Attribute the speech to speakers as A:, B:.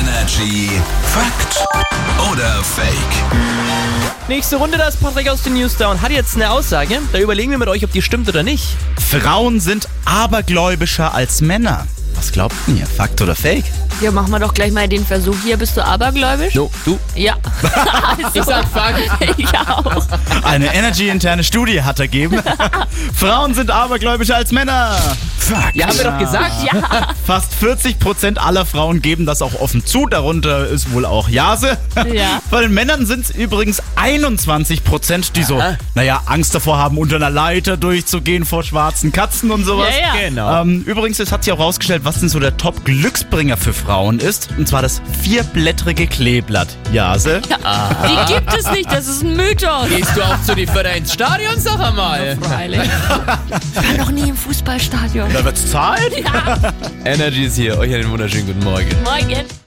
A: Energy Fakt oder Fake?
B: Nächste Runde, das Patrick aus den Newsdown hat jetzt eine Aussage. Da überlegen wir mit euch, ob die stimmt oder nicht.
C: Frauen sind abergläubischer als Männer. Was glaubt ihr? Fakt oder Fake?
D: Ja, machen wir doch gleich mal den Versuch hier. Bist du abergläubisch?
B: No, du.
D: Ja. also,
B: Ich sag Fakt.
D: ich auch.
C: Eine Energy-interne Studie hat ergeben. Frauen sind abergläubischer als Männer.
A: Fakt.
B: Ja, haben wir doch gesagt.
D: Ja.
C: Fast 40% aller Frauen geben das auch offen zu. Darunter ist wohl auch Jase.
D: Ja.
C: Bei den Männern sind es übrigens 21%, die so,
B: Aha.
C: naja, Angst davor haben, unter einer Leiter durchzugehen vor schwarzen Katzen und sowas.
D: Ja, ja.
B: Genau.
C: Ähm, übrigens, es hat sich auch rausgestellt, was denn so der Top-Glücksbringer für Frauen ist. Und zwar das vierblättrige Kleeblatt. Jase.
D: Die gibt es nicht. Das ist ein Mythos.
B: Gehst du auch zu die Förder ins Stadion, sag einmal.
D: Freilich. Ich war noch nie im Fußballstadion.
C: Da wird's Zeit.
B: Energy ist hier. Euch einen wunderschönen guten Morgen.
D: Morgen.